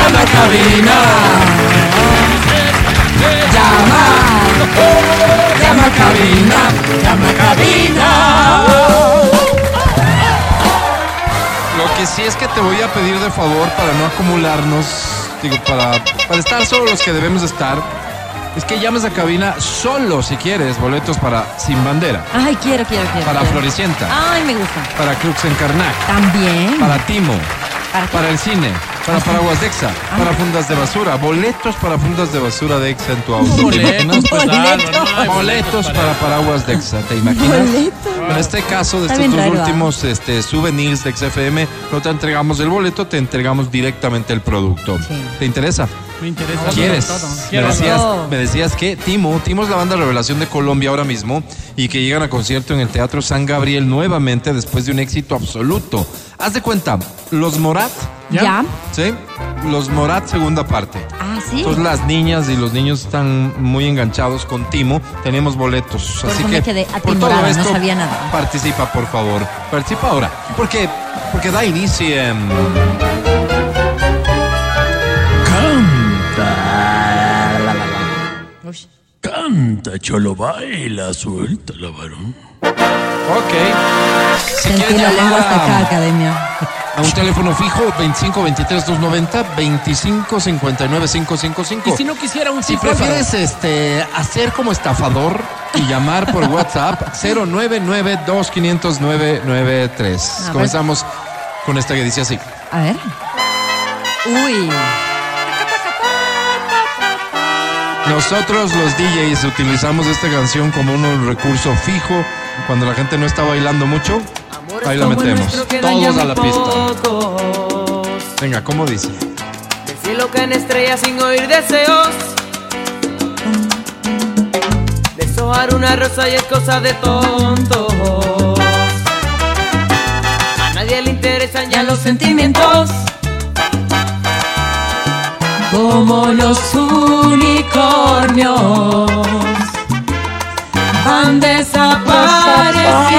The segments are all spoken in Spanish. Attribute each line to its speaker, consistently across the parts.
Speaker 1: cabina. Llama, llama a cabina, llama a cabina.
Speaker 2: Lo que sí es que te voy a pedir de favor para no acumularnos, digo, para, para estar solo los que debemos estar, es que llames a cabina solo si quieres boletos para Sin Bandera,
Speaker 3: Ay, quiero, quiero, quiero.
Speaker 2: para
Speaker 3: quiero.
Speaker 2: Floricienta,
Speaker 3: Ay, me gusta.
Speaker 2: para Crux Encarnac,
Speaker 3: También.
Speaker 2: para Timo,
Speaker 3: ¿Para qué?
Speaker 2: para el cine, para Paraguas Dexa, para Fundas de Basura, boletos para Fundas de Basura de Exa en tu auto. ¿te imaginas?
Speaker 3: pues, ah, no, no
Speaker 2: Boletos, para Paraguas Dexa, ¿te imaginas? En este caso, de
Speaker 3: Está
Speaker 2: estos
Speaker 3: bien
Speaker 2: dos
Speaker 3: raro, ¿ah?
Speaker 2: últimos este, souvenirs de XFM, no te entregamos el boleto, te entregamos directamente el producto.
Speaker 3: Sí.
Speaker 2: ¿Te interesa?
Speaker 4: Me interesa.
Speaker 2: ¿Quieres? Me
Speaker 4: Quiero
Speaker 2: decías,
Speaker 3: todo.
Speaker 2: me decías que Timo, Timo es la banda revelación de Colombia ahora mismo y que llegan a concierto en el Teatro San Gabriel nuevamente después de un éxito absoluto. Haz de cuenta, los Morat,
Speaker 3: ¿Ya?
Speaker 2: ¿sí? Los Morat segunda parte.
Speaker 3: Ah, sí.
Speaker 2: Entonces las niñas y los niños están muy enganchados con Timo. Tenemos boletos.
Speaker 3: Por
Speaker 2: así
Speaker 3: eso
Speaker 2: que
Speaker 3: me quedé atemorada, no sabía nada.
Speaker 2: Participa, por favor. Participa ahora. Porque, porque da inicio em,
Speaker 3: Ush.
Speaker 4: Canta, cholo, baila, suelta la varón.
Speaker 2: Ok. Si
Speaker 3: Sentí
Speaker 2: quieren
Speaker 3: la
Speaker 2: llamar
Speaker 3: lengua hasta acá,
Speaker 2: a,
Speaker 3: academia.
Speaker 2: a un teléfono fijo 25 23 290 25 59 555.
Speaker 4: Y si no quisiera un
Speaker 2: Si
Speaker 4: cifrón?
Speaker 2: prefieres este, hacer como estafador y llamar por WhatsApp 0992509993.
Speaker 3: ver.
Speaker 2: Comenzamos con esta que dice así.
Speaker 3: A ver. Uy.
Speaker 2: Nosotros los DJs utilizamos esta canción como un recurso fijo. Cuando la gente no está bailando mucho, ahí la metemos. Todos a la pista.
Speaker 5: pista.
Speaker 2: Venga, ¿cómo dice?
Speaker 5: Del cielo caen estrellas sin oír deseos. Deshojar una rosa y es cosa de tontos. A nadie le interesan ya los sentimientos. Como los unicornios van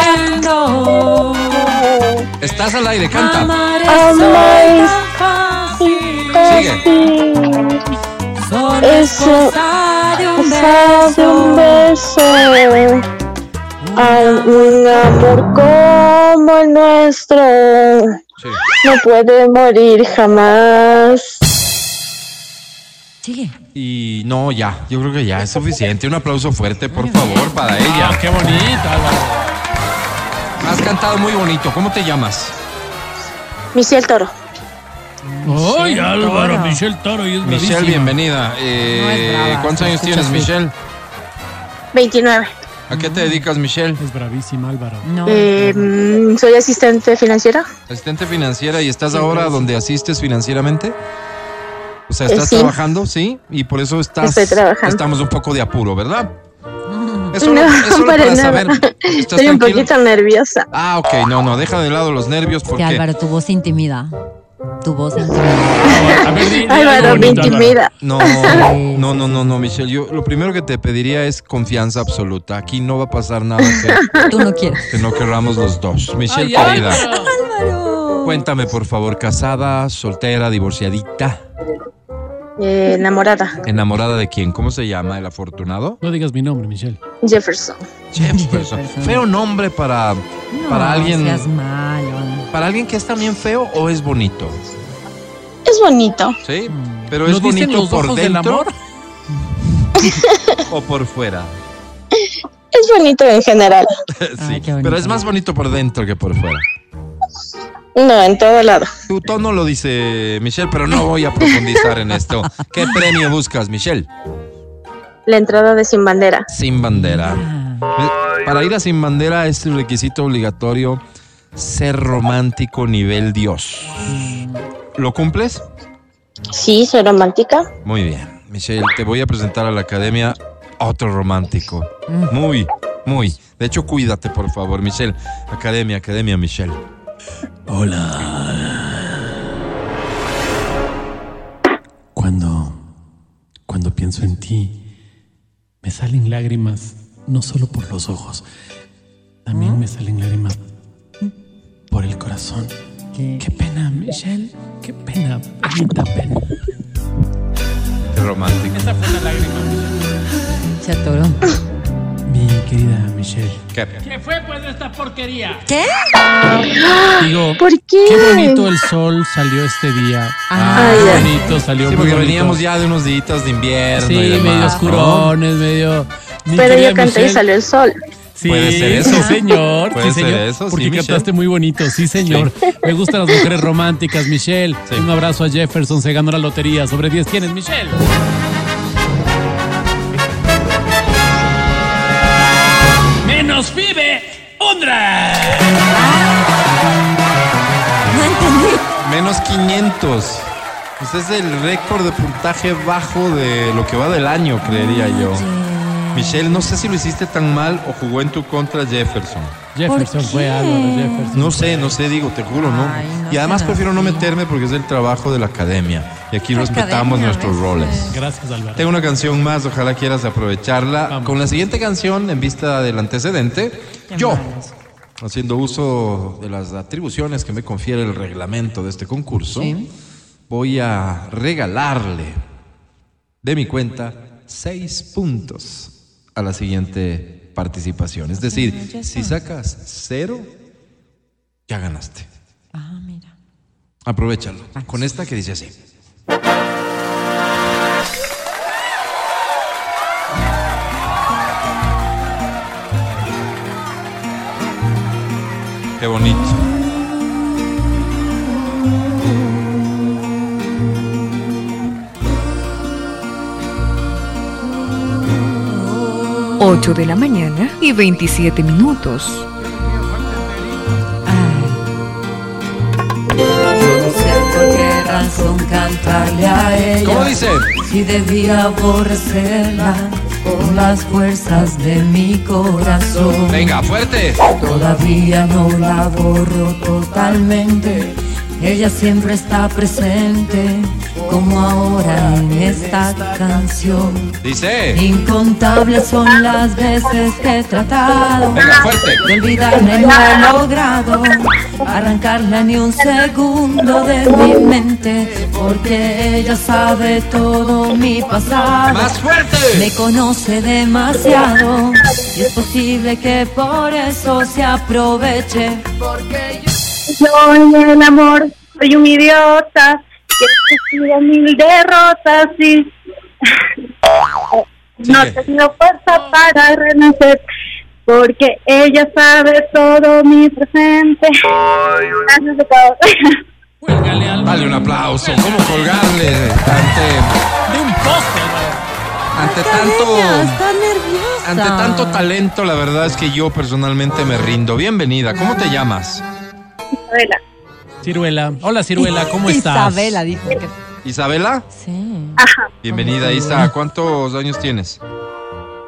Speaker 5: desapareciendo.
Speaker 2: Estás al aire, canta.
Speaker 5: Amar es
Speaker 6: Amar
Speaker 5: fácil.
Speaker 2: Sigue.
Speaker 5: Solo es
Speaker 6: Eso,
Speaker 5: cosa de un
Speaker 6: sabe un beso a un amor como el nuestro.
Speaker 2: Sí.
Speaker 6: No puede morir jamás.
Speaker 3: Sigue.
Speaker 2: Y no, ya. Yo creo que ya es suficiente. Un aplauso fuerte, por favor, para ella.
Speaker 4: Ah, qué bonita. Álvaro.
Speaker 2: Has cantado muy bonito. ¿Cómo te llamas?
Speaker 6: Misiel Toro.
Speaker 4: Ay, Álvaro,
Speaker 3: Toro.
Speaker 4: Michelle Toro y es
Speaker 2: Michelle,
Speaker 4: bravísima.
Speaker 2: bienvenida. Eh,
Speaker 3: No es brava,
Speaker 2: ¿Cuántos
Speaker 3: se
Speaker 2: años
Speaker 3: escucha
Speaker 2: tienes,
Speaker 3: así.
Speaker 2: Michelle?
Speaker 6: 29.
Speaker 2: ¿A qué te dedicas, Michelle?
Speaker 4: Es bravísima, Álvaro.
Speaker 3: No.
Speaker 6: Eh, mm, soy asistente financiera.
Speaker 2: Asistente financiera y estás ahora donde asistes financieramente. O sea,
Speaker 6: Eh,
Speaker 2: estás
Speaker 6: sí.
Speaker 2: trabajando, ¿sí? Y por eso estás.
Speaker 6: Estoy trabajando.
Speaker 2: Estamos un poco de apuro, ¿verdad? Es
Speaker 6: No,
Speaker 2: es
Speaker 6: para nada.
Speaker 2: ¿Estás
Speaker 6: Estoy
Speaker 2: tranquila?
Speaker 6: un poquito nerviosa.
Speaker 2: Ah, ok, no, no, deja de lado los nervios
Speaker 3: Que
Speaker 2: porque.
Speaker 3: Álvaro, tu voz intimida. Tu voz intimida.
Speaker 4: A ver, di- di algo
Speaker 6: Álvaro, me
Speaker 4: bonito,
Speaker 6: intimida.
Speaker 2: No, no, no, no, no, Michelle. Yo lo primero que te pediría es confianza absoluta. Aquí no va a pasar nada que,
Speaker 3: Tú no quieres.
Speaker 2: que no querramos los dos. Michelle,
Speaker 4: Ay, Álvaro.
Speaker 2: querida.
Speaker 3: Álvaro.
Speaker 2: Cuéntame, por favor, casada, soltera, divorciadita,
Speaker 6: Eh, enamorada.
Speaker 2: enamorada de quién? ¿Cómo se llama? ¿El afortunado?
Speaker 4: No digas mi nombre, Michelle.
Speaker 6: Jefferson.
Speaker 2: Jefferson.
Speaker 3: Jefferson.
Speaker 2: Feo nombre para,
Speaker 3: No,
Speaker 2: para alguien.
Speaker 3: seas malo.
Speaker 2: Para alguien que es también feo o es bonito.
Speaker 6: Es bonito.
Speaker 2: Sí, pero
Speaker 4: Mm. ¿No
Speaker 2: es
Speaker 4: dicen
Speaker 2: bonito
Speaker 4: los
Speaker 2: por
Speaker 4: ojos del
Speaker 2: dentro
Speaker 4: amor?
Speaker 2: o por fuera.
Speaker 6: Es bonito en general.
Speaker 4: Ah,
Speaker 2: sí,
Speaker 3: qué bonito.
Speaker 2: pero es más bonito por dentro que por fuera.
Speaker 6: No, en todo lado.
Speaker 2: Tu tono lo dice Michelle, pero no voy a profundizar en esto. ¿Qué premio buscas, Michelle?
Speaker 6: La entrada de Sin Bandera.
Speaker 2: Sin bandera. Eh, Para ir a Sin Bandera es un requisito obligatorio ser romántico nivel Dios. ¿Lo cumples?
Speaker 6: Sí, soy romántica.
Speaker 2: Muy bien. Michelle, te voy a presentar a la academia otro romántico. Muy, muy. De hecho, cuídate, por favor, Michelle. Academia, academia, Michelle.
Speaker 4: Hola. Cuando cuando pienso en ti me salen lágrimas no solo por los ojos, también me salen lágrimas por el corazón. Qué pena, Michelle, qué pena, bonita pena.
Speaker 2: Qué romántico.
Speaker 4: Esa fue una lágrima.
Speaker 3: Se atoró.
Speaker 4: Mi querida Michelle.
Speaker 2: ¿Qué?
Speaker 7: ¿Qué fue pues de esta porquería?
Speaker 3: ¿Qué?
Speaker 4: Digo,
Speaker 6: ¿Por qué?
Speaker 4: qué bonito el sol salió este día.
Speaker 3: Ah,
Speaker 4: Qué
Speaker 6: ya.
Speaker 4: bonito salió
Speaker 2: Sí,
Speaker 4: muy
Speaker 2: porque
Speaker 4: bonito.
Speaker 2: veníamos ya de unos días de invierno
Speaker 4: Sí,
Speaker 2: y demás.
Speaker 4: medio
Speaker 2: ¿no?
Speaker 4: oscurones, medio. Mi
Speaker 6: Pero
Speaker 4: querida
Speaker 6: yo canté y
Speaker 4: Michelle,
Speaker 6: salió el sol.
Speaker 4: Sí,
Speaker 2: Puede ser eso.
Speaker 4: sí, señor.
Speaker 2: Puede
Speaker 4: sí,
Speaker 2: ser
Speaker 4: señor.
Speaker 2: eso, sí,
Speaker 4: Porque
Speaker 2: Michelle.
Speaker 4: cantaste muy bonito, sí, señor. Me gustan las mujeres románticas, Michelle.
Speaker 2: Sí.
Speaker 4: Un abrazo a Jefferson, se ganó la lotería. Sobre 10 tienes, Michelle.
Speaker 7: ¡Menos vive! ¡Undra!
Speaker 3: No entendí.
Speaker 2: Menos 500. Pues es el récord de puntaje bajo de lo que va del año, creería yo. Michelle, no sé si lo hiciste tan mal o jugó en tu contra Jefferson.
Speaker 4: Jefferson
Speaker 3: qué?
Speaker 4: fue algo de Jefferson.
Speaker 2: No sé, no sé, digo, te juro, ¿no?
Speaker 3: Ay, no
Speaker 2: y además
Speaker 3: seas
Speaker 2: prefiero no
Speaker 3: así.
Speaker 2: meterme porque es el trabajo de la academia. Y aquí
Speaker 3: La
Speaker 2: respetamos
Speaker 3: academia,
Speaker 2: nuestros
Speaker 3: ¿ves?
Speaker 2: roles.
Speaker 4: Gracias, Álvaro.
Speaker 2: Tengo una canción más, ojalá quieras aprovecharla.
Speaker 4: Vamos.
Speaker 2: Con la siguiente canción, en vista del antecedente, yo, haciendo uso de las atribuciones que me confiere el reglamento de este concurso,
Speaker 3: Sí.
Speaker 2: voy a regalarle de mi cuenta seis puntos a la siguiente participación. Es decir, si sacas cero, ya ganaste.
Speaker 3: Ah, mira.
Speaker 2: Aprovechalo. Con esta que dice así. Qué bonito.
Speaker 8: Ocho de la mañana y 27 minutos.
Speaker 3: Ay. Yo siento que razón cantarle a ella.
Speaker 2: ¿Cómo dice?
Speaker 3: Si debía aborrecerla con las fuerzas de mi corazón.
Speaker 2: Venga, fuerte.
Speaker 3: Todavía no la borro totalmente. Ella siempre está presente, como ahora en esta canción.
Speaker 2: Dice.
Speaker 3: Incontables son las veces que he tratado
Speaker 2: Venga, fuerte.
Speaker 3: de olvidarme, no he logrado arrancarla ni un segundo de mi mente, porque ella sabe todo mi pasado.
Speaker 2: Más
Speaker 3: Me
Speaker 2: fuerte.
Speaker 3: conoce demasiado y es posible que por eso se aproveche.
Speaker 9: Soy el amor, soy un idiota, que he sufrido mil derrotas y no
Speaker 2: Sigue.
Speaker 9: tengo fuerza para renacer, porque ella sabe todo mi presente. Gracias de todo.
Speaker 7: Cuélgale al
Speaker 2: Dale un aplauso. ¿Cómo colgarle ante,
Speaker 7: de un poste, Álvaro.
Speaker 2: ante tanto,
Speaker 3: nerviosa.
Speaker 2: ante tanto talento? La verdad es que yo personalmente me rindo. Bienvenida. ¿Cómo te llamas?
Speaker 9: Isabela.
Speaker 4: Ciruela. Hola, Ciruela, ¿cómo estás?
Speaker 3: Isabela dijo que
Speaker 2: Isabela.
Speaker 3: sí.
Speaker 9: Ajá.
Speaker 2: Bienvenida, Isa. ¿Cuántos años tienes?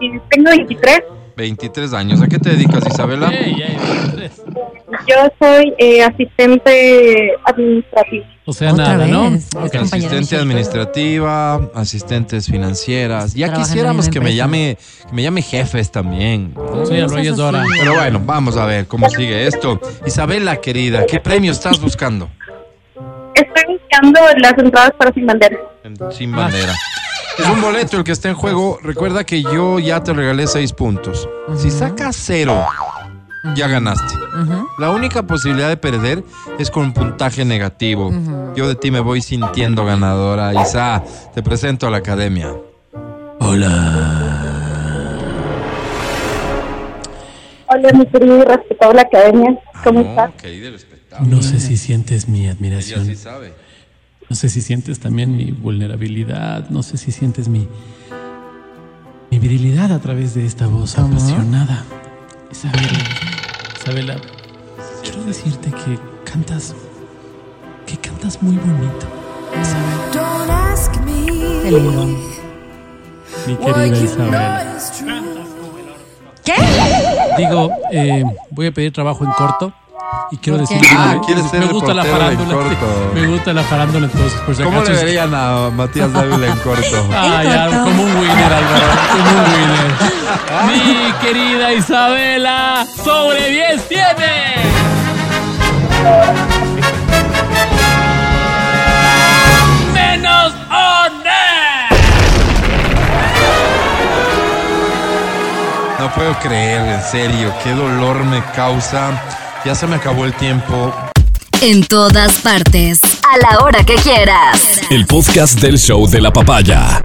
Speaker 9: Y Tengo 23.
Speaker 2: 23 años. ¿A qué te dedicas, Isabela?
Speaker 4: Ey, ey, tres.
Speaker 9: Yo soy eh, asistente administrativo.
Speaker 4: O sea,
Speaker 3: Otra
Speaker 4: nada,
Speaker 3: vez.
Speaker 4: ¿no?
Speaker 3: Es
Speaker 4: Ok.
Speaker 3: que- Compañera
Speaker 2: Asistente
Speaker 3: Michelle.
Speaker 2: administrativa, asistentes financieras. Ya
Speaker 3: Trabajando en
Speaker 2: quisiéramos
Speaker 3: una
Speaker 2: que me
Speaker 3: empresa.
Speaker 2: llame, que me llame jefes también.
Speaker 4: Soy
Speaker 3: No
Speaker 4: Arroyes
Speaker 3: seas
Speaker 4: Dora.
Speaker 3: así.
Speaker 2: Pero bueno, vamos a ver cómo sigue esto. Isabela, querida, ¿qué premio estás buscando?
Speaker 9: Estoy buscando las entradas para Sin Bandera.
Speaker 2: Sin bandera. Es un boleto el que está en juego. Recuerda que yo ya te regalé seis puntos. Si sacas cero, ya ganaste.
Speaker 3: Ujú.
Speaker 2: La única posibilidad de perder es con puntaje negativo. Yo de ti me voy sintiendo ganadora. Isa, te presento a la academia.
Speaker 9: Hola, mi querida y respetable academia. ¿Cómo
Speaker 2: no,
Speaker 9: estás?
Speaker 2: querida, respetable.
Speaker 4: No sé si sientes mi
Speaker 2: Ella
Speaker 4: admiración.
Speaker 2: sí sabe.
Speaker 4: No sé si sientes también mi vulnerabilidad, no sé si sientes mi, mi virilidad a través de esta voz apasionada. Isabela, Isabela, quiero decirte que cantas, que cantas muy bonito.
Speaker 3: Qué lindo.
Speaker 4: Mi querida Isabela.
Speaker 3: ¿Qué?
Speaker 4: Digo, eh, voy a pedir trabajo en corto y quiero
Speaker 3: ¿Por qué?
Speaker 4: decirte
Speaker 2: Ah,
Speaker 4: que
Speaker 2: ¿quieres
Speaker 4: me,
Speaker 2: ser
Speaker 4: me gusta la
Speaker 2: reportero de
Speaker 4: farándula. sí,
Speaker 2: corto?
Speaker 4: me gusta la farándula, entonces por si
Speaker 2: ¿Cómo
Speaker 4: acaso
Speaker 2: le
Speaker 4: es-
Speaker 2: verían a Matías Dávila en corto?
Speaker 4: Ah, ya,
Speaker 3: corto.
Speaker 4: como un winner, Álvaro, como un winner. Mi querida Isabela, sobre 10 tiene.
Speaker 7: ¡Menos onda!
Speaker 2: puedo creer, en serio, qué dolor me causa. Ya se me acabó el tiempo.
Speaker 10: En todas partes, a la hora que quieras.
Speaker 11: El podcast del show de la papaya.